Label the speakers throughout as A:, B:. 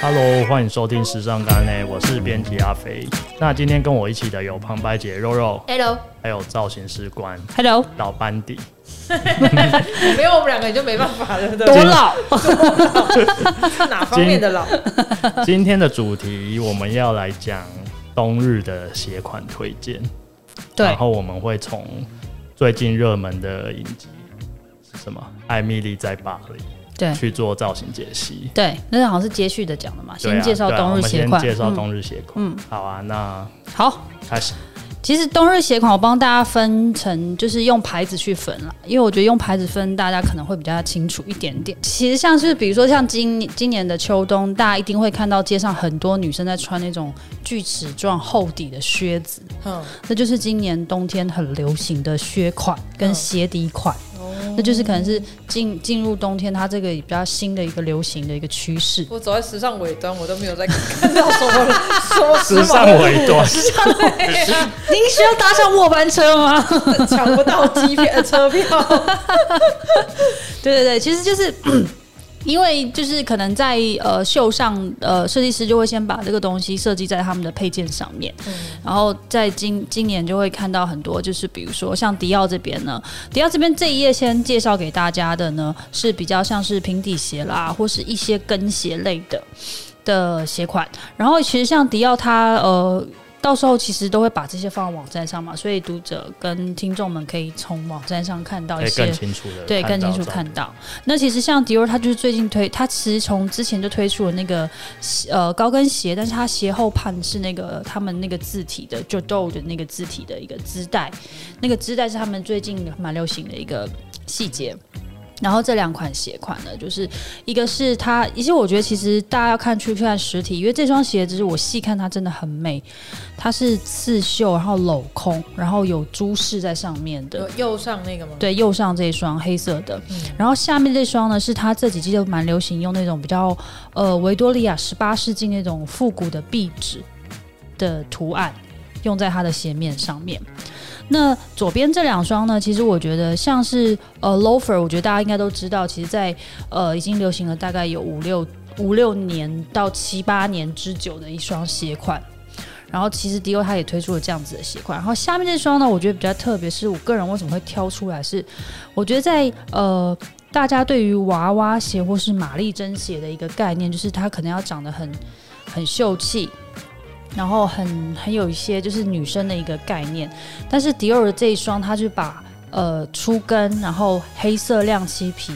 A: Hello，欢迎收听《时尚干嘞》，我是编辑阿肥。那今天跟我一起的有旁白姐肉肉，
B: Hello，Hello，
A: 还有造型师官
C: Hello，
A: 老班底。
B: 没有我们两个你就没办法了，对不
C: 多
B: 对？
C: 老，
B: 是哪方面的老？
A: 今天的主题我们要来讲冬日的鞋款推荐，然
C: 对，
A: 后我们会从最近热门的影集是什么《艾米丽在巴黎》
C: 对，
A: 去做造型解析。
C: 对，那好像是接续的讲的嘛，
A: 对
C: 先
A: 啊
C: 介绍
A: 对啊
C: 冬
A: 我
C: 日
A: 们
C: 鞋
A: 先
C: 款，
A: 介绍
C: 嗯
A: 冬日鞋款。嗯，好啊，那
C: 好。
A: 开始。
C: 其实冬日鞋款我帮大家分成，就是用牌子去分了，因为我觉得用牌子分大家可能会比较清楚一点点。其实像是比如说像今今年的秋冬，大家一定会看到街上很多女生在穿那种锯齿状厚底的靴子，
B: 嗯，
C: 那就是今年冬天很流行的靴款跟
B: 嗯
C: 鞋底款，那就是可能是进进入冬天它这个比较新的一个流行的一个趋势。
B: 我走在时尚尾端，我都没有在看到什么 什么
A: 时
B: 时
A: 尚
B: 髦
A: 尾 端，
C: 您需要搭上末班车吗？
B: 的，抢不到机票、呃车 票。
C: 对对对，其实就是。 因为就是可能在呃秀上，呃设计师就会先把这个东西设计在他们的配件上面，然后在今今年就会看到很多，就是比如说像迪奥这边呢，迪奥这边这一页先介绍给大家的呢是比较像是平底鞋啦，或是一些跟鞋类的的鞋款，然后其实像迪奥它呃。到时候其实都会把这些放到网站上嘛，所以读者跟听众们可以从网站上看到
A: 可
C: 一
A: 以
C: 些
A: 哎更清楚的
C: 对，更清楚看到。那其实像迪欧，它就是最近推，它其实从之前就推出了那个呃高跟鞋，但是它鞋后盘是那个他们那个字体的 j o d o 的那个字体的一个织带，那个织带是他们最近蛮流行的一个细节。然后这两款鞋款呢，就是一个是它，其实我觉得其实大家要看去看实体，因为这双鞋子我细看它真的很美，它是刺绣，然后镂空，然后有珠饰在上面的，
B: 右上那个吗？嗯
C: 对，右上这一双黑色的，然后下面这双呢是它这几季都蛮流行用那种比较呃维多利亚十八世纪那种复古的壁纸的图案，用在它的鞋面上面。那左边这两双呢，其实我觉得像是呃 loafer，我觉得大家应该都知道，其实在呃已经流行了大概有五六五六年到七八年之久的一双鞋款。然后其实迪欧它也推出了这样子的鞋款，然后下面这双呢，我觉得比较特别，是我个人为什么会挑出来是，我觉得在呃大家对于娃娃鞋或是玛丽珍鞋的一个概念，就是它可能要长得很很秀气。然后很很有一些就是女生的一个概念，但是迪奥的这一双，它就把呃粗跟，然后黑色亮漆皮，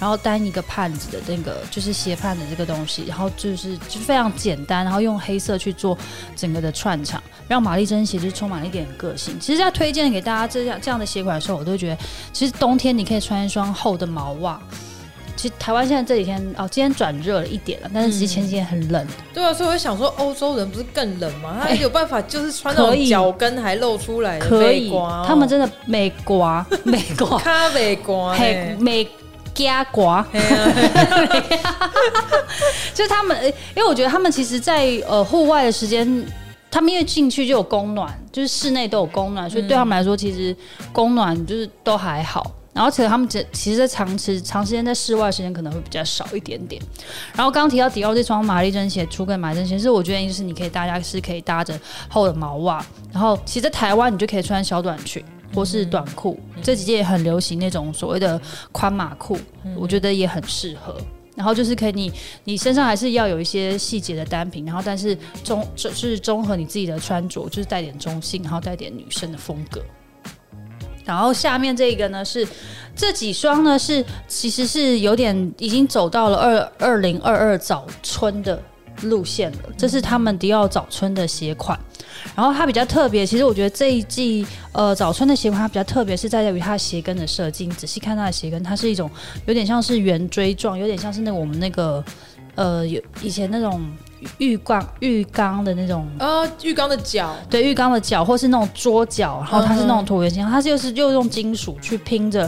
C: 然后单一个盼子的那个就是鞋盼的这个东西，然后就是就非常简单，然后用黑色去做整个的串场，让玛丽珍鞋就是充满了一点个性。其实，在推荐给大家这样这样的鞋款的时候，我都觉得，其实冬天你可以穿一双厚的毛袜。其实台湾现在这几天哦，今天转热了一点了，但是其实前几天很冷。
B: 对啊，所以我想说，欧洲人不是更冷吗？
C: 哎
B: 他有办法就是穿那
C: 可
B: 种
C: 以
B: 脚跟还露出来的
C: 可
B: 背
C: 以
B: 瓜哦，
C: 他们真的美瓜 美瓜，
B: 咖啡哎瓜
C: 嘿
B: 呢。
C: 美加瓜，
B: 嘿啊
C: 就是他们，呃因为我觉得他们其实在呃户外的时间，他们因为进去就有供暖，就是室内都有供暖，所以对他们来说，其实供暖就是都还好。然后，且他们这其实，在长时长时间在室外的时间可能会比较少一点点。然后刚刚提到迪奥这双玛丽珍鞋，出跟玛丽珍鞋是我觉得就是你可以大家是可以搭着厚的毛袜，然后其实在台湾你就可以穿小短裙或是短裤，这几届也很流行那种所谓的宽码裤，我觉得也很适合。然后就是可以你你身上还是要有一些细节的单品，然后但是中就是综合你自己的穿着，就是带点中性，然后带点女生的风格。然后下面这个呢是这几双呢是其实是有点已经走到了二二零二二早春的路线了，这是他们迪奥早春的鞋款。然后它比较特别，其实我觉得这一季呃早春的鞋款它比较特别是在于它的鞋跟的设计，你仔细看它的鞋跟，它是一种有点像是圆锥状，有点像是那个我们那个呃有以前那种浴缸浴缸的那种
B: 啊，浴缸的脚，
C: 对浴缸的脚，或是那种桌脚，然后它是那种椭圆形，它就是又用金属去拼着。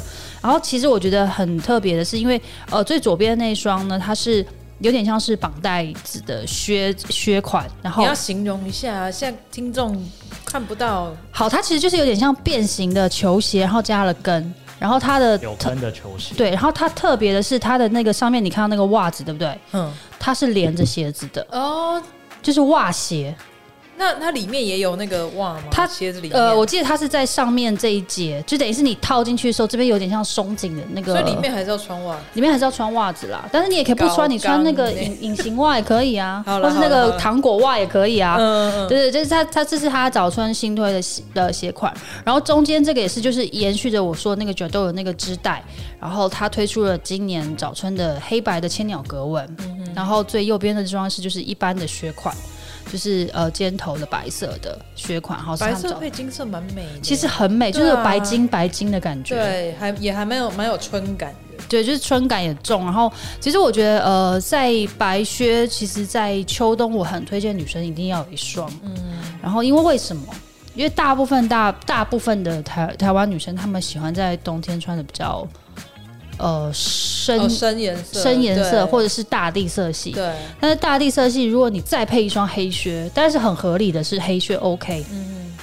C: 然后其实我觉得很特别的是，因为呃最左边的那一双呢，它是有点像是绑带子的靴靴款，然
B: 你
C: 后
B: 要形容一下，现在听众看不到。
C: 好，它其实就是有点像变形的球鞋，然后加了跟，然后它的
A: 有
C: 特
A: 跟的球鞋。
C: 对，然后它特别的是它的那个上面你看到那个袜子对不对？
B: 嗯，
C: 它是连着鞋子的，
B: 哦，
C: 就是袜鞋。
B: 那它里面也有那个袜吗？
C: 它
B: 鞋子里面，
C: 呃，我记得它是在上面这一节，就等于是你套进去的时候，这边有点像松紧的那个，
B: 所以里面还是要穿袜。
C: 里面还是要穿袜子啦。但是你也可以不
B: 高
C: 穿，你穿那个
B: 刚欸
C: 隐隐形袜也可以啊，
B: 好啦
C: 或是
B: 好
C: 那
B: 啦好
C: 个
B: 啦
C: 糖果袜也可以啊。
B: 嗯，
C: 对对，就是他他这是他早春新推的鞋的鞋款，然后中间这个也是就是延续着我说那个九豆的那个织带，然后他推出了今年早春的黑白的千鸟格纹，
B: 嗯
C: 然后最右边的装饰就是一般的靴款，就是呃尖头的白色的靴款，好是他
B: 白
C: 们
B: 色
C: 早
B: 配金色蛮美的，
C: 其实很美，就是有
B: 对啊
C: 白金白金的感觉，
B: 对，还也还蛮有蛮有春感的。
C: 对，就是春感也重。然后，其实我觉得，呃，在白靴，其实，在秋冬，我很推荐女生一定要有一双。嗯，然后因为为什么？因为大部分大大部分的台台湾女生，她们喜欢在冬天穿的比较，呃，深、
B: 哦，深颜色，
C: 深颜色
B: 对
C: 或者是大地色系。
B: 对，
C: 但是大地色系，如果你再配一双黑靴，但是很合理的是黑靴 OK。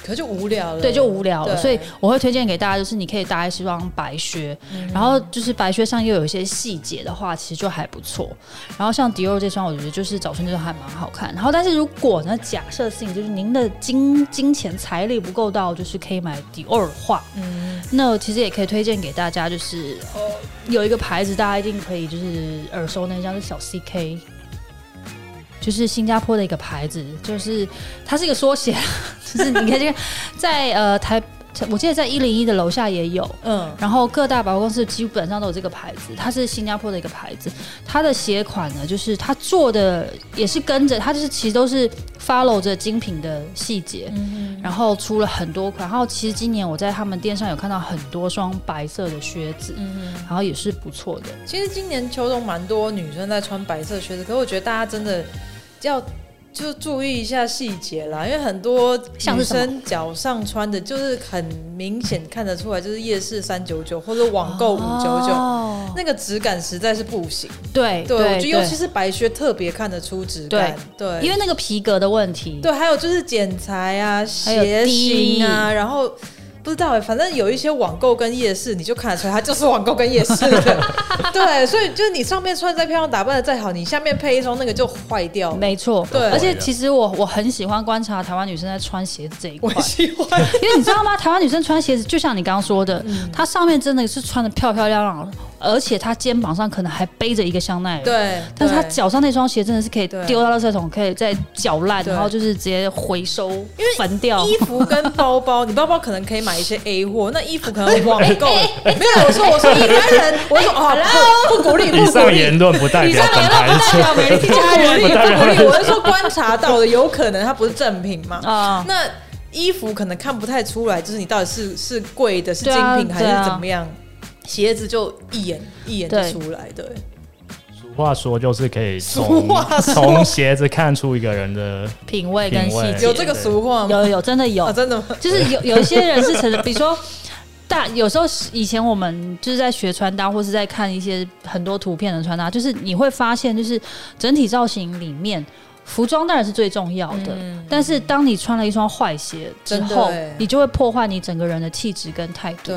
B: 可就无聊了。
C: 对，就无聊了。
B: 嗯对
C: 所以我会推荐给大家，就是你可以搭一双白靴，然后就是白靴上又有一些细节的话，其实就还不错。然后像迪欧这双，我觉得就是早春这双还蛮好看。然后，但是如果呢，假设性就是您的金金钱财力不够到，就是可以买迪欧的话，嗯，那其实也可以推荐给大家，就是呃有一个牌子大家一定可以就是耳熟能详，就是小 CK。就是新加坡的一个牌子，就是它是一个缩写， 就是你可以去看在呃台，我记得在一零一的楼下也有，
B: 嗯，
C: 然后各大百货公司基本上都有这个牌子，它是新加坡的一个牌子。它的鞋款呢，就是它做的也是跟着它，就是其实都是 follow 着精品的细节，
B: 嗯
C: 然后出了很多款。然后其实今年我在他们店上有看到很多双白色的靴子，
B: 嗯
C: 然后也是不错的。
B: 其实今年秋冬蛮多女生在穿白色靴子，可我觉得大家真的要就是注意一下细节啦，因为很多
C: 像
B: 女
C: 是什么
B: 生脚上穿的就是很明显看得出来，就是夜市三九九或者网购五九九，
C: 九，
B: 那个质感实在是不行。
C: 哦对
B: 对，我觉得尤其
C: 对
B: 是白靴特别看得出质感。对，
C: 因为那个皮革的问题，
B: 对，还有就是剪裁啊、
C: 还有
B: 鞋型啊，然后不知道哎、反正有一些网购跟夜市，你就看得出来它就是网购跟夜市的。 对，所以就是你上面穿得再漂亮、打扮的再好，你下面配一双那个就坏 掉了。
C: 没错，
B: 对
C: 而且其实我我很喜欢观察台湾女生在穿鞋子这一
B: 我
C: 块，
B: 喜欢，
C: 因为你知道吗？台湾女生穿鞋子，就像你刚刚说的，
B: 嗯
C: 她上面真的是穿的漂漂亮亮，而且她肩膀上可能还背着一个香奈儿。。
B: 对，
C: 但是她
B: 对
C: 脚上那双鞋真的是可以
B: 对
C: 丢到垃圾桶，可以再搅烂，
B: 对
C: 然后就是直接回收，因为焚掉。
B: 衣服跟包包，你包包可能可以买一些 A 货，那衣服可能网 购。没有，我说我说一般人，我说哦，不不鼓励，
A: 以
B: 不 鼓
A: 上
B: 励。
A: 言论不代
C: 以
A: 表
C: 上
A: 本
C: 言论
A: 台
C: 不代表美丽家人
B: 不
A: 不代表
B: 鼓励，我是说观察到的，有可能它不是正品嘛。
C: 啊，
B: 那衣服可能看不太出来，就是你到底是是贵的，是
C: 对
B: 精
C: 啊
B: 品还
C: 对啊
B: 是怎么样？鞋子就一眼一眼就
C: 对
B: 出来，对，
A: 俗话说就是可以
B: 俗
A: 从
B: 话说
A: 从鞋子看出一个人的
C: 品味跟
A: 品
C: 细
A: 味
C: 节
B: 有这个俗话吗？
C: 有有真的有
B: 啊，，真的吗？
C: 就是有有一些人是成，比如说大，有时候以前我们就是在学穿搭，或是在看一些很多图片的穿搭，就是你会发现，就是整体造型里面。服装当然是最重要的，但是当你穿了一双坏鞋之
B: 嗯真的
C: 后
B: 欸，
C: 你就会破坏你整个人的气质跟态度。
B: 对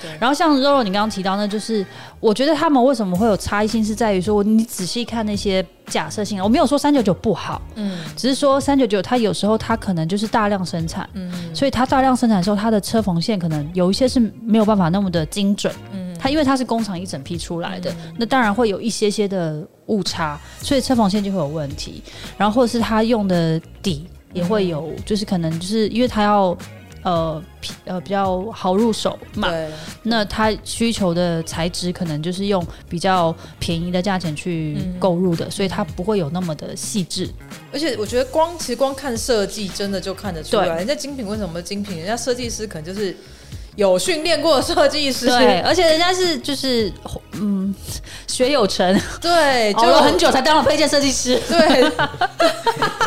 B: 对，
C: 然后像肉肉你刚刚提到，那就是我觉得他们为什么会有差异性，是在于说你仔细看那些假设性的，我没有说三九九不好，
B: 嗯
C: 只是说三九九它有时候它可能就是大量生产，
B: 嗯
C: 所以它大量生产的时候，它的车缝线可能有一些是没有办法那么的精准。
B: 嗯，
C: 它因为它是工厂一整批出来的，那当然会有一些些的误差，所以车缝线就会有问题。然后或者是它用的底也
B: 嗯
C: 会有，就是可能就是因为它要呃皮呃比较好入手嘛，
B: 对
C: 那它需求的材质可能就是用比较便宜的价钱去
B: 嗯
C: 购入的，所以它不会有那么的细致。
B: 而且我觉得光其实光看设计，真的就看得出
C: 对
B: 来，人家精品为什么精品？人家设计师可能就是有训练过的设计师，
C: 对，而且人家是就是嗯学有成。 熬
B: 对，哎就
C: 了很久才当了配件设计师。
B: 对，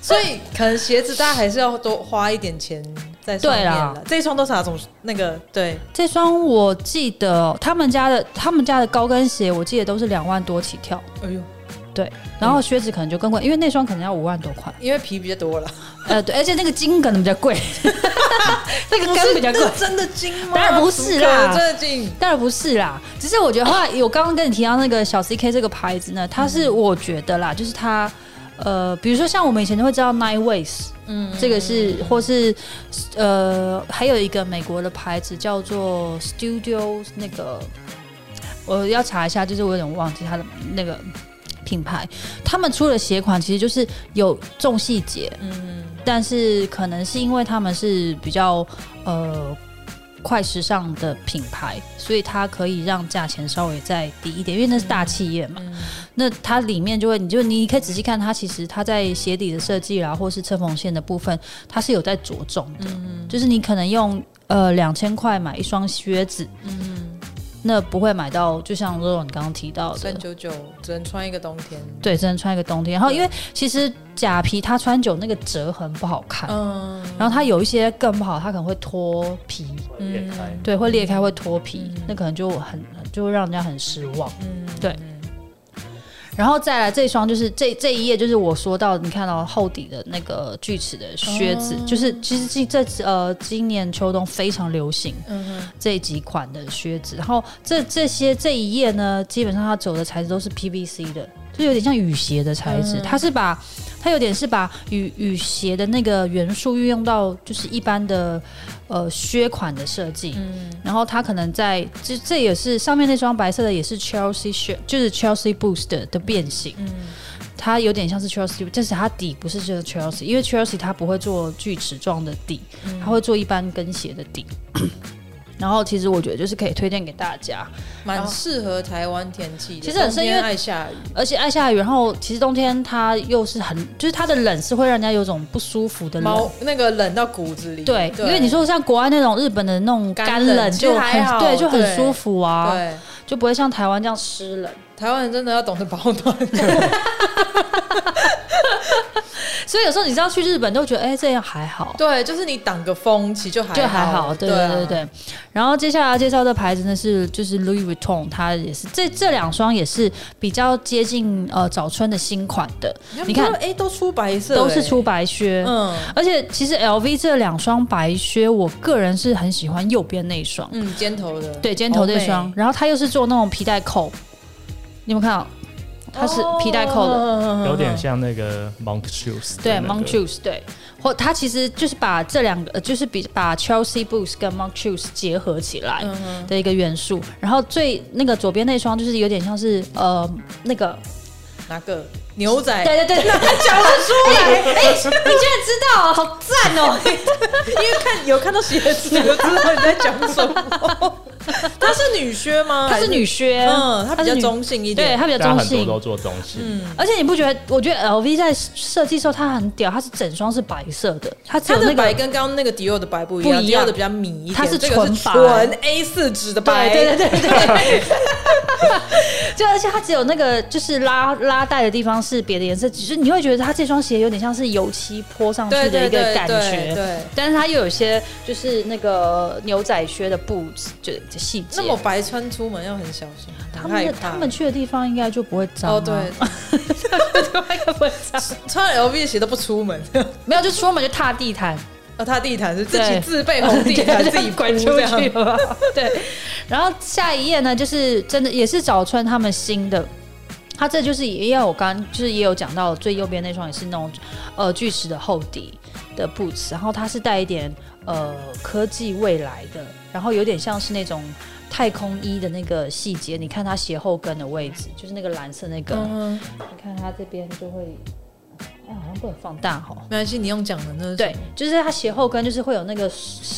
B: 所以可能鞋子大家还是要多花一点钱在上面
C: 对
B: 了。这一双都是哪种？那个对，
C: 这双我记得他们家的他们家的高跟鞋，我记得都是两万多起跳，
B: 哎呦，
C: 然后靴子可能就更贵，因为那双可能要五万多块。
B: 因为皮比较多了，
C: 呃，对，而且那个金可能比较贵。 那个根比较贵
B: 那。真的金吗？
C: 当然不是啦
B: 怎么可能真的金。
C: 当然不是啦，只是我觉得后来我刚刚跟你提到那个小 CK 这个牌子呢，它是我觉得啦，就是它呃，比如说像我们以前都会知道 Nine Ways，嗯，这个是或是呃，还有一个美国的牌子叫做 Studio 那个，我要查一下，就是我有点忘记它的那个品牌，他们出的鞋款其实就是有重细节，
B: 嗯，
C: 但是可能是因为他们是比较呃快时尚的品牌，所以它可以让价钱稍微再低一点，因为那是大企业嘛。那它里面就会，你就你可以仔细看，它其实它在鞋底的设计啦，或是车缝线的部分，它是有在着重的。就是你可能用呃两千块买一双靴子，那不会买到，就像若若你刚刚提到的
B: 三，九九只能穿一个冬天。
C: 对，只能穿一个冬天。然后因为其实假皮它穿久那个折痕不好看，
B: 嗯，
C: 然后它有一些更不好，它可能会脱皮，
A: 裂开。
C: 对，会裂开，会脱皮，那可能就很就会让人家很失望。
B: 嗯
C: 对然后再来这一双就是这这一页就是我说到你看到厚底的那个锯齿的靴子，就是其实这这呃今年秋冬非常流行
B: 嗯
C: 这几款的靴子，然后这这些这一页呢，基本上它走的材质都是 PVC 的，就有点像雨鞋的材
B: 嗯
C: 质，它是把它有点是把雨雨鞋的那个元素运用到就是一般的呃靴款的设计，
B: 嗯
C: 然后它可能在这这也是上面那双白色的也是 Chelsea 靴，就是 Chelsea Boost 的的变形，
B: 嗯
C: 它有点像是 Chelsea，但是它底不是就是 Chelsea，因为 Chelsea 它不会做锯齿状的底，
B: 嗯
C: 它会做一般跟鞋的底。然后其实我觉得就是可以推荐给大家，
B: 蛮适合台湾天气的。
C: 其实很适合
B: 冬
C: 因
B: 天
C: 为
B: 爱下雨。
C: 而且爱下雨，然后其实冬天它又是很，就是它的冷是会让人家有种不舒服的冷
B: 毛。那个冷到骨子里，
C: 对，因为你说像国外那种日本的那种
B: 干
C: 干
B: 冷
C: 冷
B: 其实
C: 就
B: 还好
C: 很对，就
B: 对
C: 很舒服啊，
B: 对
C: 就不会像台湾这样湿冷。
B: 台湾人真的要懂得保暖，
C: 所以有时候你知道去日本都觉得，哎、这样还好，
B: 对，就是你挡个风其实就还
C: 就还好，对对
B: 啊
C: 对对。然后接下来介绍的牌子呢是就是 Louis Vuitton，它也是这这两双也是比较接近呃早春的新款的，你看
B: 哎、都出白色、
C: 都是出
B: 哎，
C: 白靴。
B: 嗯
C: 而且其实 LV 这两双白靴，我个人是很喜欢右边那一双，
B: 嗯，尖头的，哦
C: 对尖头这
B: 欧
C: 双
B: 美，，
C: 然后它又是做那种皮带扣，你有没有看到？它是
B: 哦
C: 皮带扣的，
B: 的
A: 有点像那个 Monk Shoes，
C: 嗯对
A: 的那个
C: Monk Shoes，对，或它其实就是把这两个，呃就是比把 Chelsea Boots 跟 Monk Shoes 结合起来
B: 嗯
C: 的一个元素。然后最那个左边那双就是有点像是呃那个，
B: 哪个牛仔？
C: 对 对对，
B: 哪个讲得出来？
C: 哎、你居然知道，好赞 哦！
B: 因为看有看到鞋子，我就知道你在讲什么。它是女靴吗？
C: 它是女靴，
B: 嗯，它比较
C: 是女，
B: 中性一
C: 对，
B: 点。
C: 它比较
A: 大家
C: 中
A: 很多
C: 性。嗯
A: 都做中性，
C: 而且你不觉得？我觉得 LV 在设计的时候它很屌，它是整双是白色的，它只
B: 它
C: 有
B: 的
C: 那
B: 白
C: 个。
B: 跟刚刚那个迪奥的白不一样，
C: 不一
B: 迪奥
C: 样
B: 的比较米一点，
C: 它是
B: 这个是
C: 纯白
B: 纯 A 四纸的白，
C: 对对对对对， 就而且它只有那个就是拉拉带的地方是别的颜色，只是你会觉得它这双鞋有点像是油漆泼上去
B: 对
C: 的
B: 对
C: 一个感觉，
B: 对对，
C: 但是它又有一些就是那个牛仔靴的布就就细节
B: 那。么白穿出门要很小心，
C: 他
B: 很
C: 们
B: 害
C: 的
B: 怕
C: 他们去的地方应该就不会脏、啊、
B: 哦对，
C: 他们就不会脏，
B: 穿 LV 的鞋都不出门，
C: 没有就出门就踏地毯，
B: 哦，踏地毯是自己
C: 哦对
B: 自备红地毯，自己
C: 滚
B: 滚
C: 出
B: 出
C: 去
B: 去。
C: 了 吧。对，然后下一页呢，就是真的也是早川他们新的。它这就是也有我刚就是也有讲到最右边那双也是那种呃巨石的厚底的 boots，然后它是带一点呃科技未来的，然后有点像是那种太空衣的那个细节。你看它鞋后跟的位置，就是那个蓝色那个，
B: 嗯，
C: 你看它这边就会，哎好像不能放大哦哈，
B: 没关系，你用讲的那是
C: 对，就是它鞋后跟就是会有那个，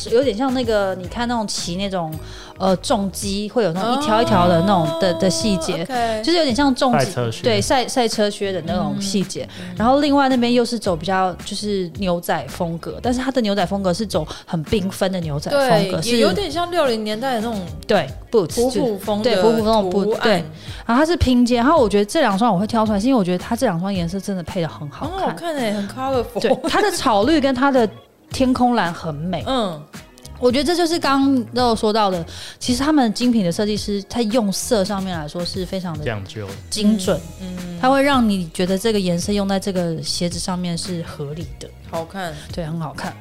C: 有点像那个你看那种骑那种呃重机会有那
B: 哦
C: 种一条一条的那种的、的细节。
B: 就
C: 就是有点像重
A: 赛
C: 机
A: 车靴
C: 对赛赛车靴的那
B: 嗯
C: 种细节，然后另外那边又是走比较就是牛仔风格，但是它的牛仔风格是走很缤纷的牛仔风格，
B: 对，
C: 是
B: 也有点像六零年代的那种
C: 对 boots 就
B: 普
C: 是
B: 普风
C: 对
B: 的
C: 普普风的
B: 图
C: 布对
B: 案，哦
C: 然后它是拼接，然后我觉得这两双我会挑出来，是因为我觉得它这两双颜色真的配的很好
B: 很
C: 看，
B: 好看哎，很 colorful。
C: 对，它的草绿跟它的天空蓝很美，
B: 嗯，
C: 我觉得这就是刚刚都有说到的，其实他们精品的设计师在用色上面来说是非常的
A: 讲究的。
C: 精准，嗯，它会让你觉得这个颜色用在这个鞋子上面是合理的，
B: 好看。
C: 对，很好看。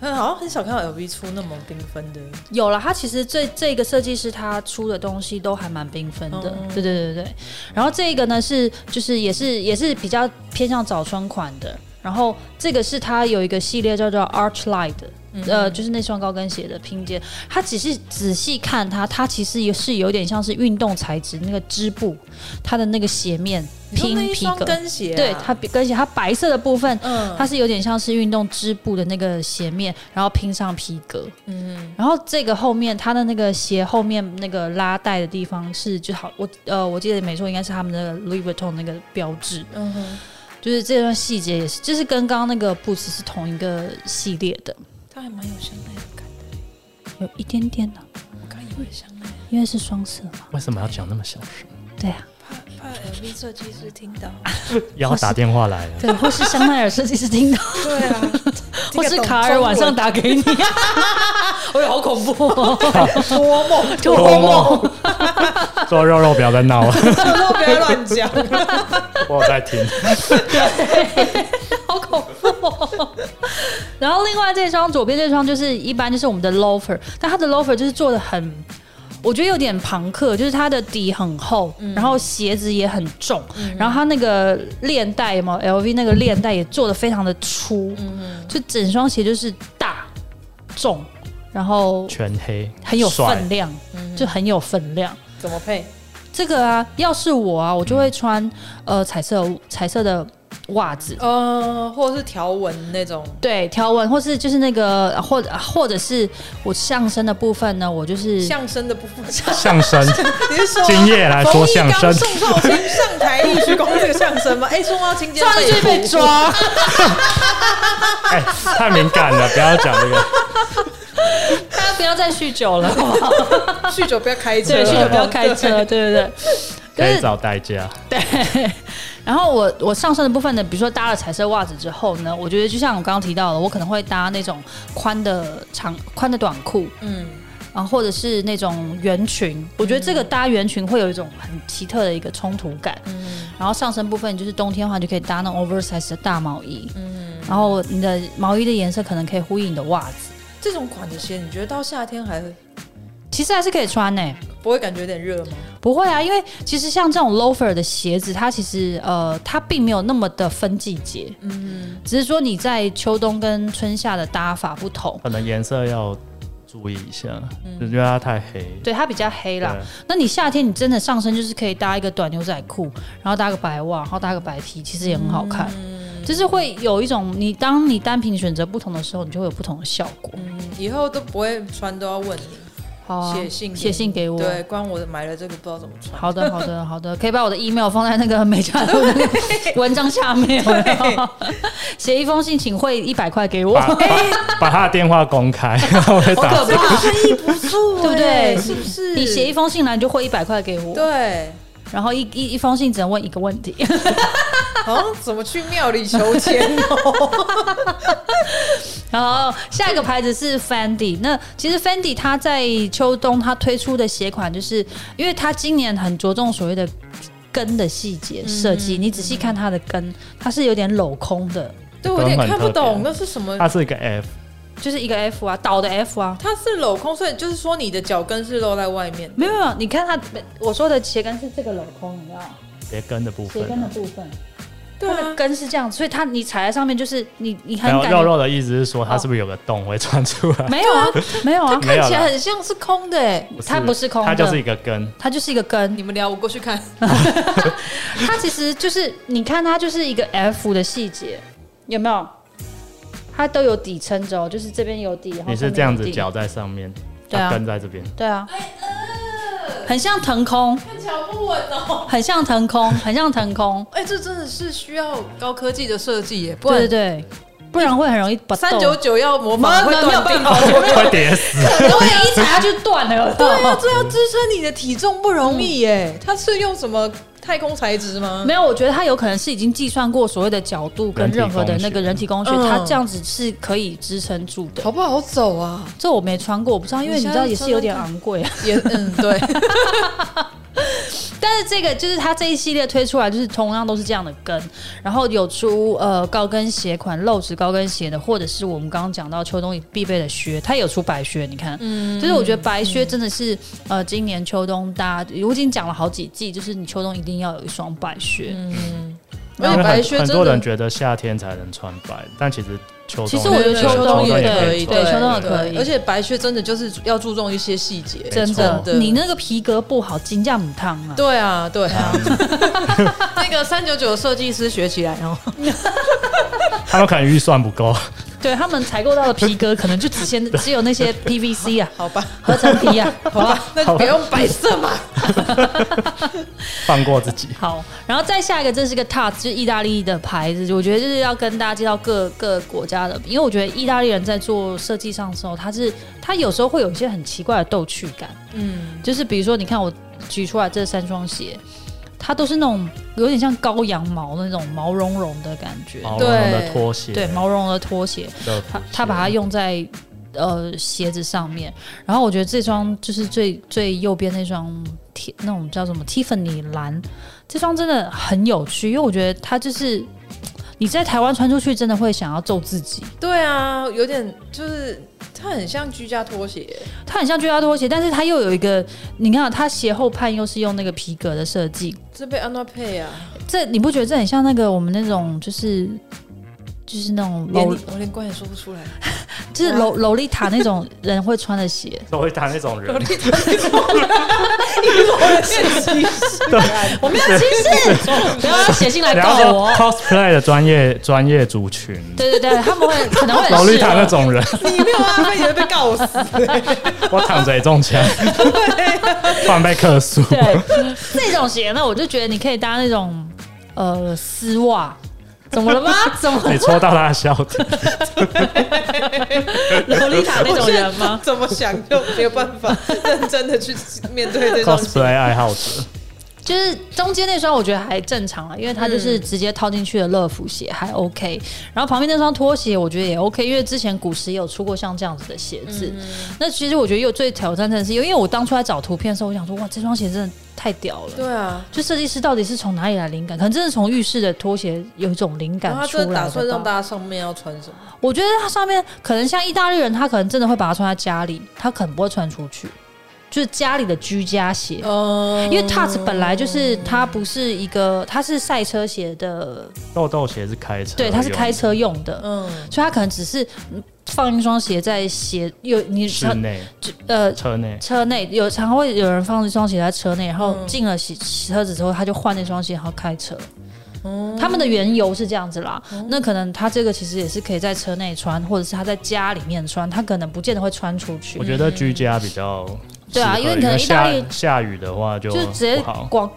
B: 嗯，好像很少看到 LV 出那么缤纷的，
C: 有了，他其实这这个设计师他出的东西都还蛮缤纷的，
B: 哦
C: 对对对对对。然后这个呢是就是也是也是比较偏向早春款的，然后这个是它有一个系列叫做 Arch Light 的。
B: 嗯
C: 呃，就是那双高跟鞋的拼接，它只是仔细看它，它其实也是有点像是运动材质那个织布，它的那个鞋面
B: 你说
C: 拼
B: 那一
C: 皮
B: 双
C: 革，
B: 跟鞋、啊，
C: 对它比跟鞋，它白色的部分
B: 嗯，
C: 它是有点像是运动织布的那个鞋面，然后拼上皮革，
B: 嗯，
C: 然后这个后面它的那个鞋后面那个拉带的地方是就好，我呃我记得没错，应该是他们的 Louis Vuitton 那个标志，
B: 嗯哼，
C: 就是这段细节也是，就是跟刚刚那个 Boots 是同一个系列的，
B: 它还蛮有香奈儿感的，
C: 有一点点哦呢、
B: 我刚以为香奈儿，
C: 因为是双色嘛，
A: 为什么要讲那么小声？
C: 对啊，
B: 怕怕 LV 设计师听到，
A: 要打电话 来了，
C: 对，啊或是香奈儿设计师 听到，
B: 对啊，
C: 或是卡尔晚上打给你， 哎呦，好恐怖、哦，
B: 托梦，
C: 就
A: 做梦，说肉肉不要再闹了，
B: 都不要 乱讲，
A: 我有在听。
C: 好恐怖、哦。然后另外这双左边这双就是一般就是我们的 loafer，但它的 loafer 就是做的很。我觉得有点朋克，就是它的底很厚，然后鞋子也很重，然后它那个链带嘛，LV 那个链带也做的非常的粗，就整双鞋就是大重，然后
A: 全黑，
C: 很有
A: 帅
C: 分量，就很有分量。
B: 怎么配？
C: 这个啊，要是我啊，我就会穿、呃彩色彩色的袜子，
B: 呃，或者是条纹那种，
C: 对条纹，或是就是那个，或或者是我上身的部分呢，我就是
B: 相声的部分。
A: 相 声，
B: 你是说
A: 今夜来说相声
B: 冯一刚宋少卿上台一鞠躬这个相 声吗？哎，宋少卿今
C: 上去
B: 天
C: 被抓，
A: 哎、太敏感了，不要讲这个。
C: 大家不要再酗酒 了，好不好
B: 捕 酗酒不要开车，
C: 对，酗酒不要开车，
B: 对。
C: 对对
A: 可
C: 对。
A: 以
C: 可是
A: 找代驾，
C: 对，然后我我上身的部分呢，比如说搭了彩色袜子之后呢，我觉得就像我刚刚提到的，我可能会搭那种宽的长宽的短裤，
B: 嗯，
C: 啊，或者是那种圆裙，我觉得这个搭圆裙会有一种很奇特的一个冲突感。然后上身部分就是冬天的话，你就可以搭那种 oversize 的大毛衣。然后你的毛衣的颜色可能可以呼应你的袜子，
B: 这种款的鞋，你觉得到夏天还
C: 其实还是可以穿呢、
B: 不会感觉有点热吗？
C: 不会啊，因为其实像这种 loafer 的鞋子，它其实呃，它并没有那么的分季节，嗯，只是说你在秋冬跟春夏的搭法不同，
A: 可能颜色要注意一下，就觉得它太黑。
C: 对，它比较嗯黑啦，
A: 对
C: 那你夏天你真的上身就是可以搭一个短牛仔裤，然后搭个白袜，然后搭个白 T，其实也很好看。就是会有一种你当你单品选择不同的时候，你就会有不同的效果。
B: 嗯，以后都不会穿，都要问你，
C: 好、啊，
B: 写信
C: 写信给我。
B: 对，光我买了这个不知道怎么穿。
C: 好的，好的，好的，可以把我的 email 放在那个美加的那个文章下面，有没有写一封信，请汇一百块给我。
A: 把把把他的电话公开，我会
C: 好可
A: 打。
C: 怕！
B: 生意不错
C: 对不对
B: 哎是不是？
C: 你写一封信来，你就汇一百块给我，
B: 对，
C: 然后一一一封信只能问一个问题。
B: 好像怎么去庙里求签 哦？
C: 然后下一个牌子是 Fendi。那其实 Fendi 它在秋冬它推出的鞋款，就是因为它今年很着重所谓的跟的细节设计。
B: 嗯
C: 你仔细看它的跟，它是有点镂空的，
B: 对，我有点看
A: 都
B: 不
A: 很特
B: 懂
A: 别
B: 那是什么。
A: 它是一个 F，
C: 就是一个 F 啊，倒的 F 啊。
B: 它是镂空，所以就是说你的脚跟是露在外面。
C: 没有没有，你看它，我说的鞋跟是这个镂空，你知道吗？
A: 鞋跟的部分
C: 鞋，跟的部分，
B: 对
C: 它的
B: 啊，
C: 跟是这样，所以它你踩在上面就是你你很
A: 没有
C: 感
A: 肉
C: 觉
A: 肉的意思是说它是不是有个洞会穿出来？
C: 没有啊没有啊，
A: 没有
B: 看起
A: 啦，
B: 来很像是空的哎。
C: 它不是空的哦
A: 它就是一个跟。
C: 它就是一个跟
B: 你，们聊，我过去 看。
C: 它其实就是你看它就是一个 F 的细节，有没有？它都有底撑着哦，就是这边有底，然后
A: 你是这样
C: 上
A: 子
C: 面有底
A: 脚在上面，
C: 对啊
A: 它跟在这边，
C: 对啊，
B: 哎呃
C: 很像腾空，
B: 看脚不稳哦。
C: 很像腾空，很像腾空，
B: 哎，这真的是需要高科技的设计耶，不
C: 对对
B: 然
C: 对，不然会很容易把
B: 三九九要模仿
C: 妈
B: 会
C: 没有
B: 断定
C: 办法
B: 哦。
A: 会跌死。
C: 因为一踩下去断了，有没有
B: 对啊，这要支撑你的体重不容易耶。它是用什么太空材质吗？
C: 没有，我觉得它有可能是已经计算过所谓的角度跟任何的那个人体工学，
B: 人体工学
C: 它这样子是可以支撑住的。
B: 好不好走啊？嗯
C: 这我没穿过，我不知道，因为你知道也是有点昂贵啊。
B: 也嗯，对，
C: 但是这个就是它这一系列推出来，就是同样都是这样的跟，然后有出呃高跟鞋款、露趾高跟鞋的，或者是我们刚刚讲到秋冬必备的靴，它有出白靴，你看，嗯，就是我觉得白靴真的是、呃今年秋冬大家我已经讲了好几季，就是你秋冬一定要有一双白靴，
B: 而
A: 因
B: 且
A: 为
B: 白
A: 很
B: 靴
A: 很
B: 真
A: 多人
B: 的
A: 觉得夏天才能穿白，但其实秋冬
C: 其实我觉得
B: 秋
C: 秋冬
B: 也
C: 也
B: 可
C: 可
B: 以，
C: 以对秋冬也可以
B: 对而且白靴真的就是要注重一些细节。
A: 没
C: 真
A: 错
C: 的
B: 真的，
C: 你那个皮革不好，金价母烫啊。
B: 对啊，对啊， 那个三九九设计师学起来哦。
A: 他们可能预算不够，
C: 对他们采购到的皮革，可能就只限只有那些 PVC 啊、
B: 好吧，
C: 合成皮啊，好吧。
B: 那不用白色嘛。
A: 放过自己。
C: 好，然后再下一个，这是个 Taz，就是意大利的牌子，我觉得就是要跟大家介绍各各国家的，因为我觉得意大利人在做设计上的时候，他是他有时候会有一些很奇怪的逗趣感，
B: 嗯，
C: 就是比如说，你看我举出来这三双鞋，它都是那种有点像羔羊毛的那种毛茸茸的感觉，
A: 毛茸茸的拖鞋，
C: 对，毛茸茸的拖鞋，
A: 的拖
C: 他
A: 鞋
C: 他把它用在呃鞋子上面，然后我觉得这双就是最最右边那双铁那种叫什么 Tiffany 蓝，这双真的很有趣，因为我觉得它就是你在台湾穿出去真的会想要揍自己，
B: 对啊，有点就是它很像居家拖鞋，
C: 它很像居家拖鞋，但是它又有一个你看啊它鞋后畔又是用那个皮革的设计，
B: 这被安娜配啊。
C: 这你不觉得这很像那个我们那种就是？就是那种
B: 连
C: 楼
B: 你，我连关也说不 出来。
C: 就是楼楼丽塔那种人会穿的鞋，
A: 都会打那种人，
C: 我没有歧 视，不要写 信来
A: 然
C: 告我
A: 后
C: 哦。
A: cosplay 的专业专业族群，
C: 对对对，他们会可能会很
A: 老绿
C: 适合
A: 塔那种人，
B: 你没有安娜你会被告死。
A: 我躺着也中枪，突然被克诉。
C: 对那种鞋呢，我就觉得你可以搭那种呃丝袜。怎么了 吗？怎么
A: 你戳到他的笑 点，
C: 洛丽塔那种人吗？
B: 怎么想就没有办法认真的去面对这双鞋。
A: cosplay 爱好者，
C: 就是中间那双我觉得还正常了，因为它就是直接套进去的乐福鞋还 OK，然后旁边那双拖鞋我觉得也 OK，因为之前古时也有出过像这样子的鞋
A: 嗯
C: 子。那其实我觉得有最挑战的是，因为我当初在找图片的时候，我想说哇，这双鞋真的太屌了。
B: 对啊，
C: 就设计师到底是从哪里来灵感？可能真的从浴室的拖鞋有一种灵感
B: 哦然后他
C: 出来的
B: 真的打算让
C: 吧
B: 大家上面要穿什么？
C: 我觉得它上面可能像意大利人，他可能真的会把它穿在家里，他可能不会穿出去，就是家里的居家鞋。
B: 嗯，
C: 因为 Touch 本来就是它不是一个，它是赛车鞋的，
A: 豆豆鞋是开车，
C: 对，它是开，车用的，
B: 嗯，
C: 所以它可能只是嗯放一双鞋在鞋有你
A: 室
C: 车
A: 内
C: 呃
A: 车内，
C: 车内有常常会有人放一双鞋在车内，然后
B: 嗯
C: 进了洗车子之后，他就换那双鞋，然后开车。
B: 哦
C: 他们的缘由是这样子啦，那可能他这个其实也是可以在车内穿，或者是他在家里面穿，他可能不见得会穿出去
A: 我，觉得居家比较适合。
C: 嗯对啊因为你可能意大
A: 下
C: 利
A: 下雨的话就
C: 就是直接
A: 不好，
C: 光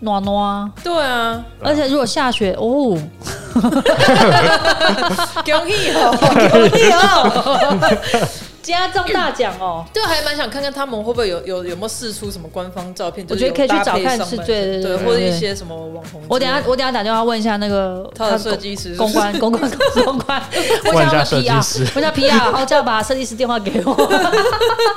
C: 暖暖啊。
B: 对啊，
A: 对啊
C: 而且如果下雪 哦，
B: 恭喜哦！
C: 哦加中大奖 哦，
B: 就啊还蛮想看看他们会不会有有有没有试出什么官方照片，
C: 我觉得可以去找看
B: 是
C: 是对对
B: 对，
C: 对
B: 或者
C: 对
B: 一些什么网红之类的。
C: 我等 一下我等一下打电话问一下那个
B: 他
C: 的
B: 的设计师
C: 公关公关公 关，
A: 问一下
C: 他的
A: 设计
C: PR，
A: 师
C: 问一下 PR，然后叫把设计师电话给我。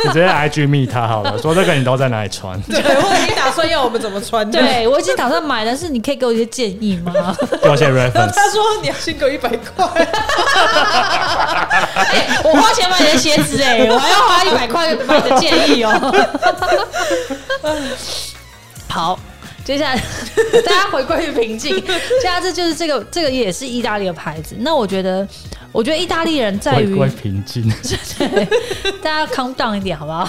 A: 你直接 IG 密他好 了，说这个你都在哪里穿？
B: 对，或者你打算要我们怎么穿？，
C: 对我已经打算买，但是你可以给我一些建议吗？
A: 给我写
B: 然后
A: reference，
B: 他说你要先给我一百块，
C: 哎我花钱买你的鞋子哎、我还要花一百块买你的建议哦。好，接下来 大家回归于平静。接下来这就是这个，这个也是意大利的牌子。那我觉得，我觉得意大利人 在
A: 回
C: 于
A: 归平静。
C: 大家 calm down 一点好不好？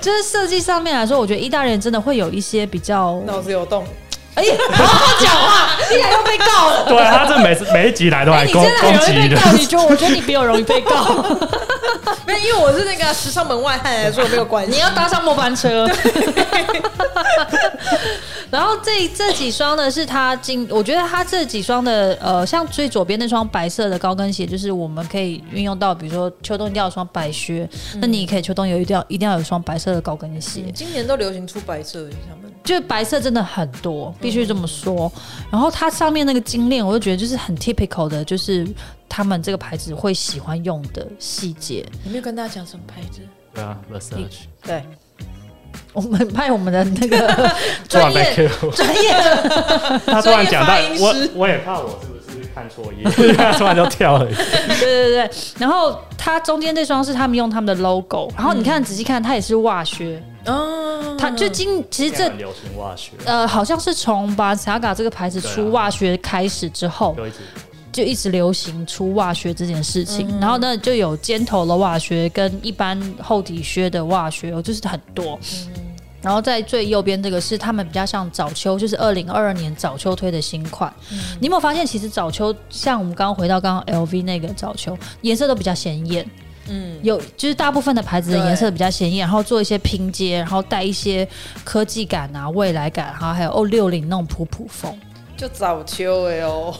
C: 就是设计上面来说，我觉得意大利人真的会有一些比较……
B: 脑子有洞。
C: 哎、好好讲话，你俩又被告了。
A: 对啊，他这每次每一集来都
C: 哎
A: 来
C: 你
A: 攻
C: 真的很
A: 攻
C: 容易
A: 击
C: 被
A: 人
C: 告，，你觉得？我觉得你比我容易被告。
B: 没有，因为我是那个时尚门外汉，所以我没 有 关
C: 你
B: 系。
C: 要搭上末班 车。然后这这几双呢，是他今我觉得他这几双的呃，像最左边那双白色的高跟鞋，就是我们可以运用到，比如说秋冬一定要有双白靴，那你也可以秋冬有一定要一定要有一双白色的高跟鞋。
B: 今年都流行出白色的，他们
C: 就是白色真的很多，必须这么说。然后它上面那个金链，我就觉得就是很 typical 的，就是他们这个牌子会喜欢用的细节。
B: 你没有跟大家讲什么牌子？
A: 对啊，Versace。
B: 对，
C: 我们派我们的那个
A: 突然
C: 专
A: 被
C: 业
A: Q，我
C: 专业的
A: 他突然讲到
B: 专业发音
A: 我
B: 师，
A: 我也怕我是不是看错页， 他突然就跳了一下。
C: 对对对，然后它中间这双是他们用他们的 logo，然后你看仔细看，它也是袜靴，
B: 嗯，
C: 它就今其实
A: 现在
C: 这
A: 很流行袜靴，
C: 呃好像是从 Balenciaga 这个牌子
A: 对啊
C: 出袜靴开始之后，
A: 就一直
C: 就一直流行出袜靴这件事情，然后呢就有尖头的袜靴跟一般厚底靴的袜靴，哦就是很多。然后在最右边这个是他们比较像早秋，就是二零二二年早秋推的新款。你有没有发现，其实早秋像我们刚刚回到刚刚 LV 那个早秋，颜色都比较鲜艳。
B: 嗯，
C: 有就是大部分的牌子的
B: 对
C: 颜色比较鲜艳，然后做一些拼接，然后带一些科技感啊、未来感，然后还有哦六零那种普普风，
B: 就早秋 哎哦，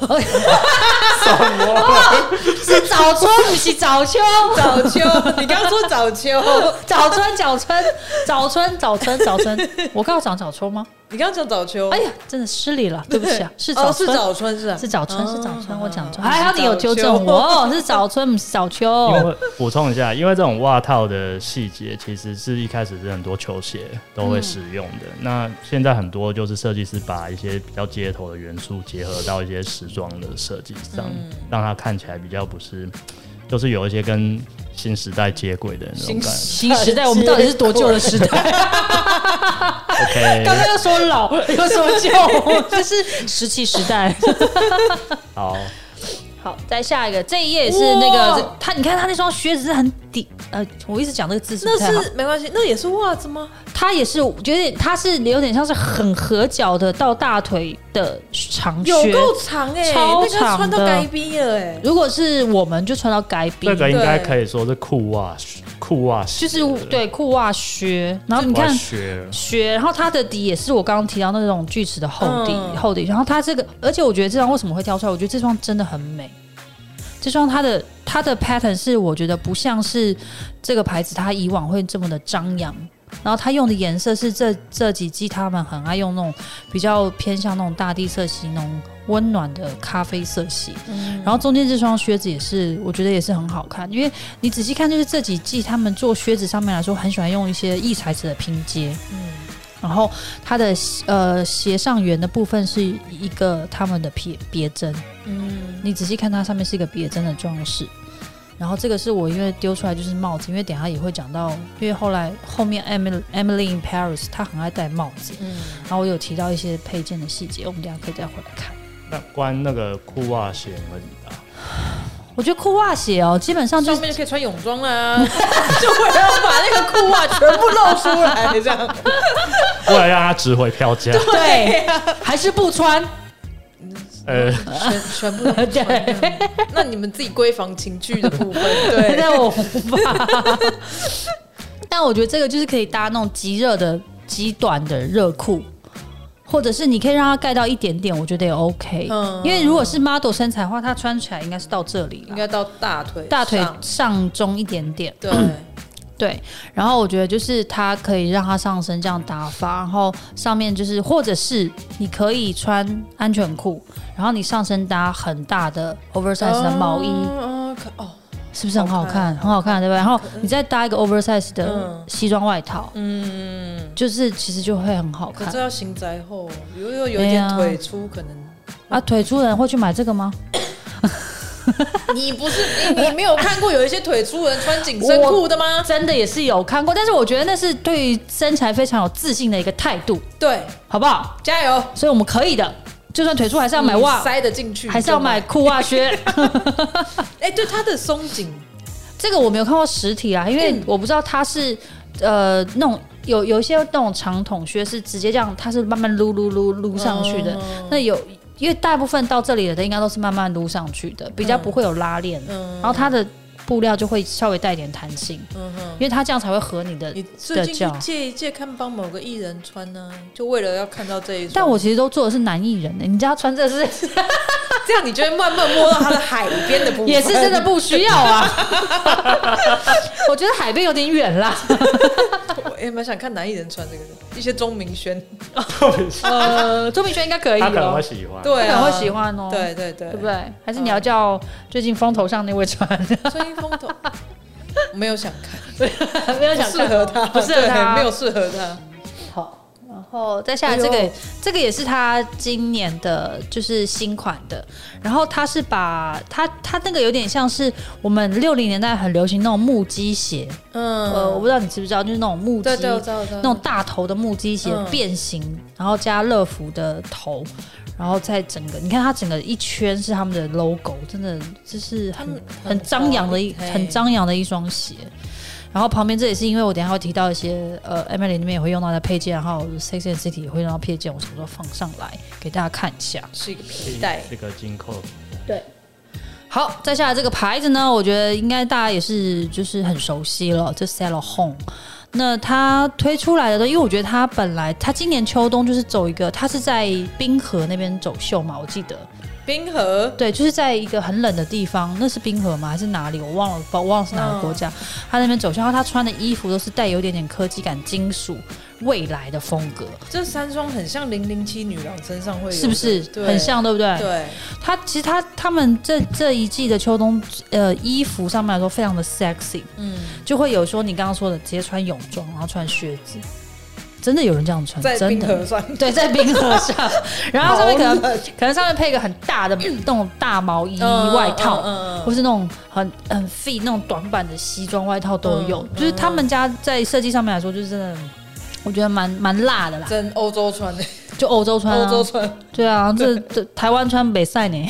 C: 是早春，不是早秋，啊
B: 早秋，你刚刚说早秋，
C: 早春早春早春早春早春， 我刚刚讲早春吗？
B: 你刚刚讲早秋，
C: 哎呀，真的失礼了，对不起啊，是早
B: 哦，是
C: 春。
B: 早春是啊
C: 是早春，是早春，
B: 哦
C: 我讲错。
B: 哦
C: 还好你有纠
B: 早
C: 正我，
B: 秋
C: 哦是早春，不是早秋。
A: 因为补充一下，因为这种袜套的细节，其实是一开始是很多球鞋都会使用的。
C: 嗯
A: 那现在很多就是设计师把一些比较街头的元素结合到一些时装的设计上，
C: 嗯
A: 让它看起来比较不是，就是有一些跟新时代接轨的那种
B: 新
A: 感觉。
C: 新时代，我们到底是多旧的时代？刚
A: OK，
C: 刚又说老， 又说旧，这是石器时代。
A: 好，
C: 好，再下一个，这一页也是那个
B: 哇
C: 这他，你看他那双靴子是很底，呃，我一直讲这个字是不
B: 那
C: 太好，
B: 是没关系，那也是袜子吗？
C: 它也是，我觉得它是有点像是很合脚的到大腿的长
B: 有
C: 靴。
B: 够长哎、
C: 超
B: 那
C: 长
B: 个穿到
C: 的
B: 该逼了哎、
C: 如果是我们就穿到该逼
A: 这，个应该可以说是裤袜，裤袜鞋
C: 就是对裤袜靴，然后你
A: 袜
C: 看。
A: 靴
C: 靴，然后它的底也是我刚刚提到那种锯齿的厚底、
B: 嗯
C: 厚底，然后它这个，而且我觉得这双为什么会挑出来？我觉得这双真的很美，这双它的它的 pattern 是我觉得不像是这个牌子它以往会这么的张扬，然后它用的颜色是这这几季他们很爱用那种比较偏向那种大地色系那种温暖的咖啡色系，
B: 嗯
C: 然后中间这双靴子也是，我觉得也是很好看，因为你仔细看，就是这几季他们做靴子上面来说，很喜欢用一些异材质的拼接，嗯，然后它的呃斜上缘的部分是一个他们的别别针，
B: 嗯，
C: 你仔细看它上面是一个别针的装饰。然后这个是我因为丢出来就是帽子，因为等一下也会讲到，因为后来后面 Emily Emily in Paris 她很爱戴帽子，
B: 嗯
C: 然后我有提到一些配件的细节，我们等一下可以再回来看。
A: 那关那个裤袜鞋你们啊
C: 我觉得裤袜鞋哦，基本上就
B: 上
C: 是
B: 面就可以穿泳装啊啦、 就我要把那个裤袜全部露出来，这样
A: 为了让它值回票价，
C: 对，还是不穿。
A: 呃，
B: 全全部都穿这样。那你们自己闺房情趣的部分， 对，
C: 但我无法。但我觉得这个就是可以搭那种极热的、极短的热裤，或者是你可以让它盖到一点点，我觉得也 OK。
B: 嗯
C: 因为如果是 model 身材的话，它穿起来应该是到这里
B: 应
C: 了，
B: 该到大腿
C: 大腿
B: 上
C: 上中一点点。
B: 对，
C: 对，然后我觉得就是它可以让它上身这样打发，然后上面就是或者是你可以穿安全裤，然后你上身搭很大的 oversize 的毛衣，
B: 嗯，嗯可哦，
C: 是不是很好看？
B: 好看
C: 很好看，对吧？然后你再搭一个 oversize 的
B: 嗯
C: 西装外套，
B: 嗯，
C: 就是其实就会很好
B: 可
C: 看
B: 这。要行宅后，如果有
C: 对
B: 一点
C: 啊
B: 腿粗，可能
C: 啊，腿粗的人会去买这个吗？
B: 你不是你你没有看过有一些腿粗的人穿紧身裤的吗？
C: 真的也是有看过，但是我觉得那是对于身材非常有自信的一个态度，
B: 对，
C: 好不好？
B: 加油，
C: 所以我们可以的，就算腿粗还是要买袜
B: 你，塞得进去，
C: 还是要买
B: 就
C: 裤袜靴。
B: 买。哎，对，它的松紧，
C: 这个我没有看过实体啊，因为
B: 嗯
C: 我不知道它是呃那种有有一些那种长筒靴是直接这样，它是慢慢撸撸撸撸上去的。
B: 哦
C: 那有因为大部分到这里的应该都是慢慢撸上去的，比较不会有拉链，
B: 嗯
C: 然后它的布料就会稍微带一点弹性，
B: 嗯哼。
C: 因为它这样才会合你的
B: 你。最近
C: 这
B: 去
C: 样
B: 借一借看帮某个艺人穿呢、就为了要看到这一双。
C: 但我其实都做的是男艺人的，欸你知道穿这个 是
B: 这样，你就会慢慢摸到它的海边的部分，
C: 也是真的 不需要啊。我觉得海边有点远啦。
B: 我哎也蛮想看男艺人穿这个的，一些钟 明轩，
C: 呃，周明轩应该可以
A: 他可能
C: 哦
A: 会，喜欢。
B: 对、
C: 可
B: 啊，
C: 能会喜欢哦。
B: 对对对
C: 对不？对？还是你要叫最近风头上那位穿？
B: 追风头，没有想看，
C: 没有
B: 不
C: 想
B: 适合他，
C: 不适合
B: 对
C: 他。
B: 没有适合他。
C: 后哦再下来这个、
B: 哎呦
C: 这个也是他今年的，就是新款的。然后他是把他他那个有点像是我们六零年代很流行那种木屐鞋，
B: 嗯，
C: 呃，我不知道你知不知道，就是那种木屐
B: 对对，我知道，我知道
C: 那种大头的木屐鞋
B: 嗯
C: 变形，然后加乐福的头，然后再整个，你看它整个一圈是他们的 logo，真的就是
B: 他
C: 很
B: 们
C: 很张扬的一
B: 华丽
C: 很张扬的一双鞋。然后旁边这也是因为我等一下会提到一些呃，Emily 那边也会用到的配件，然后 Sex and City 也会用到配件，我什么时候放上来给大家看一下。
B: 是一个皮带，
A: 这个金扣，
C: 好，再下来这个牌子呢，我觉得应该大家也是就是很熟悉了，就 s e l l Home。那它推出来的都，因为我觉得它本来它今年秋冬就是走一个，它是在冰河那边走秀嘛，我记得，
B: 冰河，
C: 对，就是在一个很冷的地方，那是冰河吗？还是哪里？我忘了，不忘了是哪个国
B: 嗯
C: 家。它那边走秀，然后它穿的衣服都是带有一点点科技感、金属、未来的风格，
B: 这三双很像零零七女郎身上会有的，
C: 是不是
B: 哎对，
C: 很？像？对不对？
B: 对，
C: 它其实它他们这这一季的秋冬呃衣服上面来说非常的 sexy，
B: 嗯，
C: 就会有说你刚刚说的直接穿泳装，然后穿靴子，真的有人这样穿，
B: 在
C: 嗯真
B: 冰河
C: 的。
B: 上，
C: 对，在冰河上， 然后上面可能
B: 好冷
C: 可能上面配一个很大的那种大毛衣
B: 嗯
C: 外套，
B: 嗯
C: 或是那种很很 fit 那种短版的西装外套都有。
B: 嗯
C: 就是他们家在设计上面来说，就是真的，我觉得蛮蛮辣的啦，
B: 真欧洲穿的，
C: 就欧洲穿、
B: 欧
C: 啊，
B: 洲穿，
C: 对啊，这这台湾穿北赛 呢。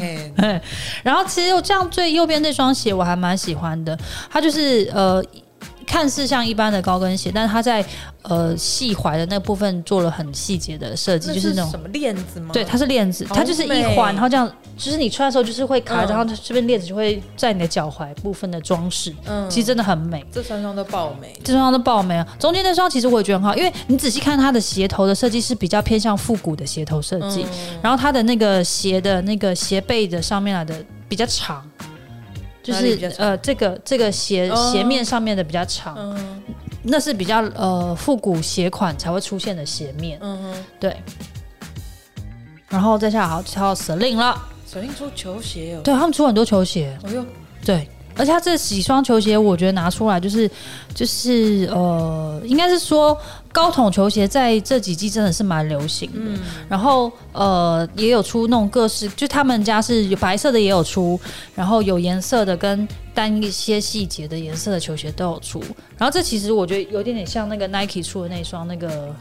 B: 嘿，
C: 然后其实我这样最右边这双鞋我还蛮喜欢的，它就是呃。看似像一般的高跟鞋，但它在呃细踝的那部分做了很细节的设计，
B: 那
C: 就是那种
B: 什么链子吗？
C: 对，它是链子，
B: 好
C: 它就是一环，
B: 美
C: 然后这样，就是你穿的时候就是会卡着，
B: 嗯
C: 然后它这边链子就会在你的脚踝部分的装饰，
B: 嗯
C: 其实真的很美。
B: 这三双都爆美，
C: 这双都爆美啊！中间那双其实我也觉得很好，因为你仔细看它的鞋头的设计是比较偏向复古的鞋头设计，然后它的那个鞋的那个鞋背的上面来的比较长，就
B: 哪里
C: 是
B: 比较长
C: 呃这个这个鞋、
B: 哦
C: 鞋面上面的比较长，
B: 嗯
C: 那是比较呃复古鞋款才会出现的鞋面，
B: 嗯哼，
C: 对。然后再下来好到 Celine 了，
B: 首先出球鞋哦，
C: 对他们出很多球鞋，
B: 哎呦，
C: 对，而且他这几双球鞋，我觉得拿出来就是就是呃，应该是说高筒球鞋在这几季真的是蛮流行的。然后呃，也有出那种各式，就他们家是有白色的也有出，然后有颜色的跟单一些细节的颜色的球鞋都有出。然后这其实我觉得有点点像那个 Nike 出的那双那个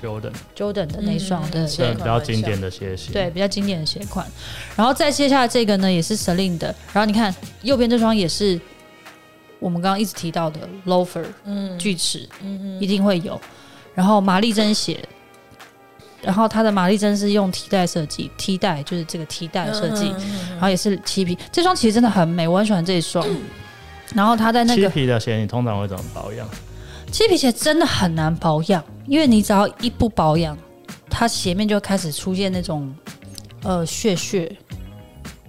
A: Jordan
C: Jordan 的那双
B: 嗯
C: 的
B: 是
C: 鞋
A: 这比较经典的鞋型。
C: 对，，比较经典的鞋款。然后再接下来这个呢，也是 Celine 的。然后你看右边这双也是我们刚刚一直提到的 Loafer
B: 嗯
C: 锯齿，
B: 嗯
C: 一定会有。然后玛丽珍鞋，然后它的玛丽珍是用替代设计，替代就是这个替代
B: 哼，
C: 设计，然
B: 嗯，
C: 后也是漆皮。这双其实真的很美，我很喜欢这一双。然后它在那
A: 漆
C: 个
A: 皮的鞋你通常会怎么保养？
C: 漆皮鞋真的很难保养，因为你只要一不保养，它鞋面就会开始出现那种呃屑屑。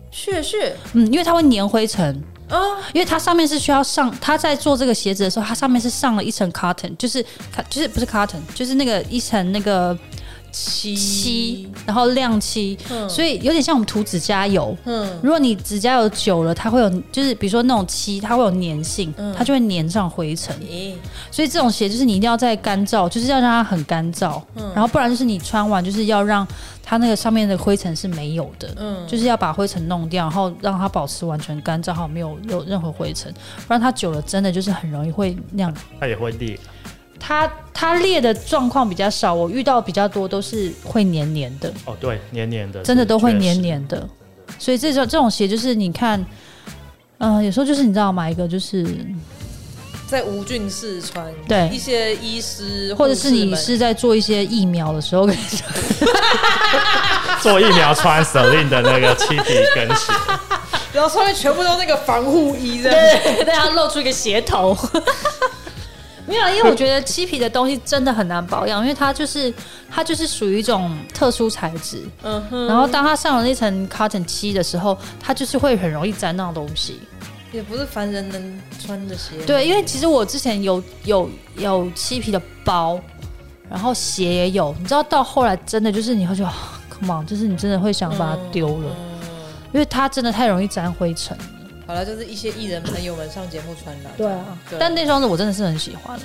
B: 血血
C: 嗯，因为它会粘灰尘，
B: 啊，
C: 因为它上面是需要上，它在做这个鞋子的时候，它上面是上了一层 cotton，就是就是不是 cotton，就是那个一层那个
B: 七
C: 漆，然后亮漆，
B: 嗯
C: 所以有点像我们涂指甲油。
B: 嗯
C: 如果你指甲油久了，它会有，就是比如说那种漆，它会有粘性，
B: 嗯
C: 它就会粘上灰尘。
B: 咦，
C: 所以这种鞋就是你一定要在干燥，就是要让它很干燥，
B: 嗯
C: 然后不然就是你穿完就是要让它那个上面的灰尘是没有的。
B: 嗯，
C: 就是要把灰尘弄掉，然后让它保持完全干燥，好没有有任何灰尘，不然它久了真的就是很容易会那样。
A: 它也会裂。
C: 它它裂的状况比较少，我遇到比较多都是会黏黏的，
A: 哦，对，黏黏的，
C: 真的都会黏
A: 确实。
C: 黏的。所以这种这种鞋就是你看，嗯、有时候就是你知道买一个就是，
B: 在无菌室穿，
C: 对
B: 一些医师
C: 或者是你
B: 护士们
C: 是在做一些疫苗的时候，
A: 做疫苗穿 Celine 的那个漆皮跟鞋，
B: 然后上面全部都那个防护衣这样，
C: 对， 但它露出一个鞋 头。没有，啊因为我觉得漆皮的东西真的很难保养，因为它就是它就是属于一种特殊材质，
B: 嗯哼，
C: 然后当它上了那层 cotton 漆的时候，它就是会很容易沾到东西。
B: 也不是凡人能穿的鞋，，
C: 对，因为其实我之前有有有漆皮的包，然后鞋也有，你知道到后来真的就是你会觉得、嗯啊 come on，就是你真的会想把它丢了，因为它真的太容易沾灰尘了。
B: 好了，就是一些艺人朋友们上节目穿的。
C: 对啊，哦但
B: 但
C: 那双子我真的是很喜欢了。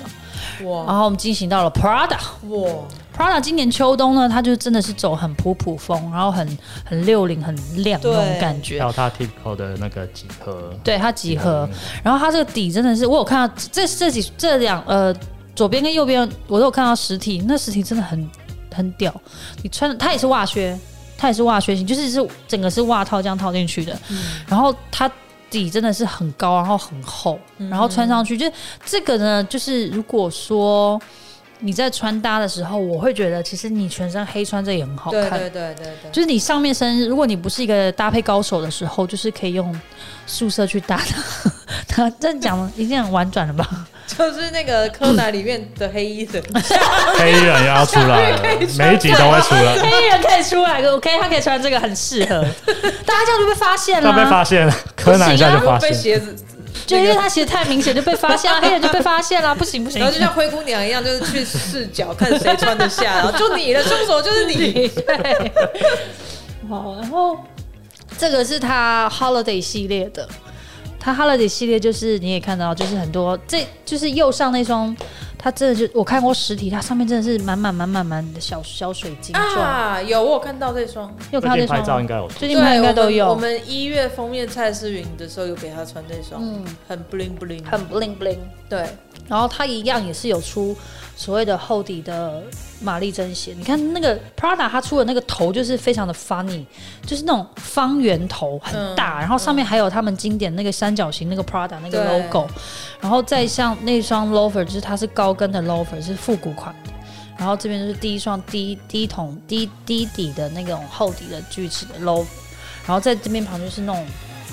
C: 然
B: 哇
C: 后我们进行到了 Prada。
B: 哇，
C: Prada 今年秋冬呢，它就真的是走很普普风，然后很很六零、很亮那
B: 对
C: 种感觉
A: 还。有它 Tico 的那个几何，
C: 对它几何，然后它这个底真的是，我有看到这这几这两呃左边跟右边，我都有看到实体，那实体真的很很屌。你穿的它也是袜靴，它也是袜靴型，就是是整个是袜套这样套进去的，
B: 嗯
C: 然后它底真的是很高，然后很厚，
B: 嗯
C: 然后穿上去，就这个呢，就是如果说。你在穿搭的时候，我会觉得其实你全身黑穿这也很好看，
B: 对对对对对，
C: 就是你上面身，如果你不是一个搭配高手的时候，就是可以用宿舍去搭它。这样讲已经很婉转了吧？
B: 就是那个柯南里面的黑衣 人，
A: 黑人又要出来了，每一集都会出来，
C: 黑人可以出来，OK，他可以穿这个很适 合。大家这样就被发现
A: 但被
C: 了，啊
A: 发现了，柯南一下就发
B: 被
A: 现，
B: 鞋子，
C: 就因为他写的太明显就被发现了，黑人就被发现了，不行不行。
A: 哎
B: 然后就像灰姑娘一样，就是去试脚看谁穿 得下，然后就你的凶手就是你。
C: 对， 好，然后这个是它 holiday 系列的，它 holiday 系列就是你也看到，就是很多这就是右上那双，它真的就我看过实体，它上面真的是满满满满满的小小水晶状，
B: 啊，有我有看到这双，
C: 你有看
A: 最近
C: 到这双
A: 拍照应
C: 吗？
A: 该有出，
C: 最近拍应该都有，
B: 对我们我们一月封面蔡诗芸的时候有给她穿这双，
C: 嗯
B: 很 bling bling，
C: 很 bling bling。
B: 对，
C: 然后它一样也是有出所谓的厚底的玛丽珍鞋。你看那个 Prada，它出的那个头就是非常的 funny，就是那种方圆头很大，然后上面还有他们经典那个三角形那个 Prada 那个
B: 对
C: logo，然后再像那双 loafer，就是它是高跟的 loafer，是复古款。然后这边就是第一双低低筒低低底的那种厚底的锯齿的 loafer，然后在这边旁边是那种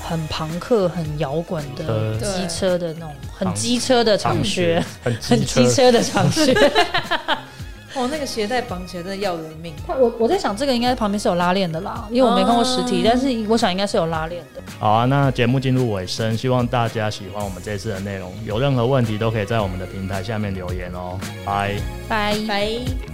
C: 很朋克、很摇滚的
A: 呃
C: 机车的那种很
A: 长
C: 机车的长靴。
A: 很
C: 很
A: 机车
C: 机，车的长靴。
B: 哦，那个鞋带绑起来真的要人命。
C: 我我在想，这个应该旁边是有拉链的啦，因为我没看过实体，
B: 哦
C: 但是我想应该是有拉链的。
A: 好啊，那节目进入尾声，希望大家喜欢我们这次的内容。有任何问题都可以在我们的平台下面留言哦。拜。
C: 拜。
B: 拜。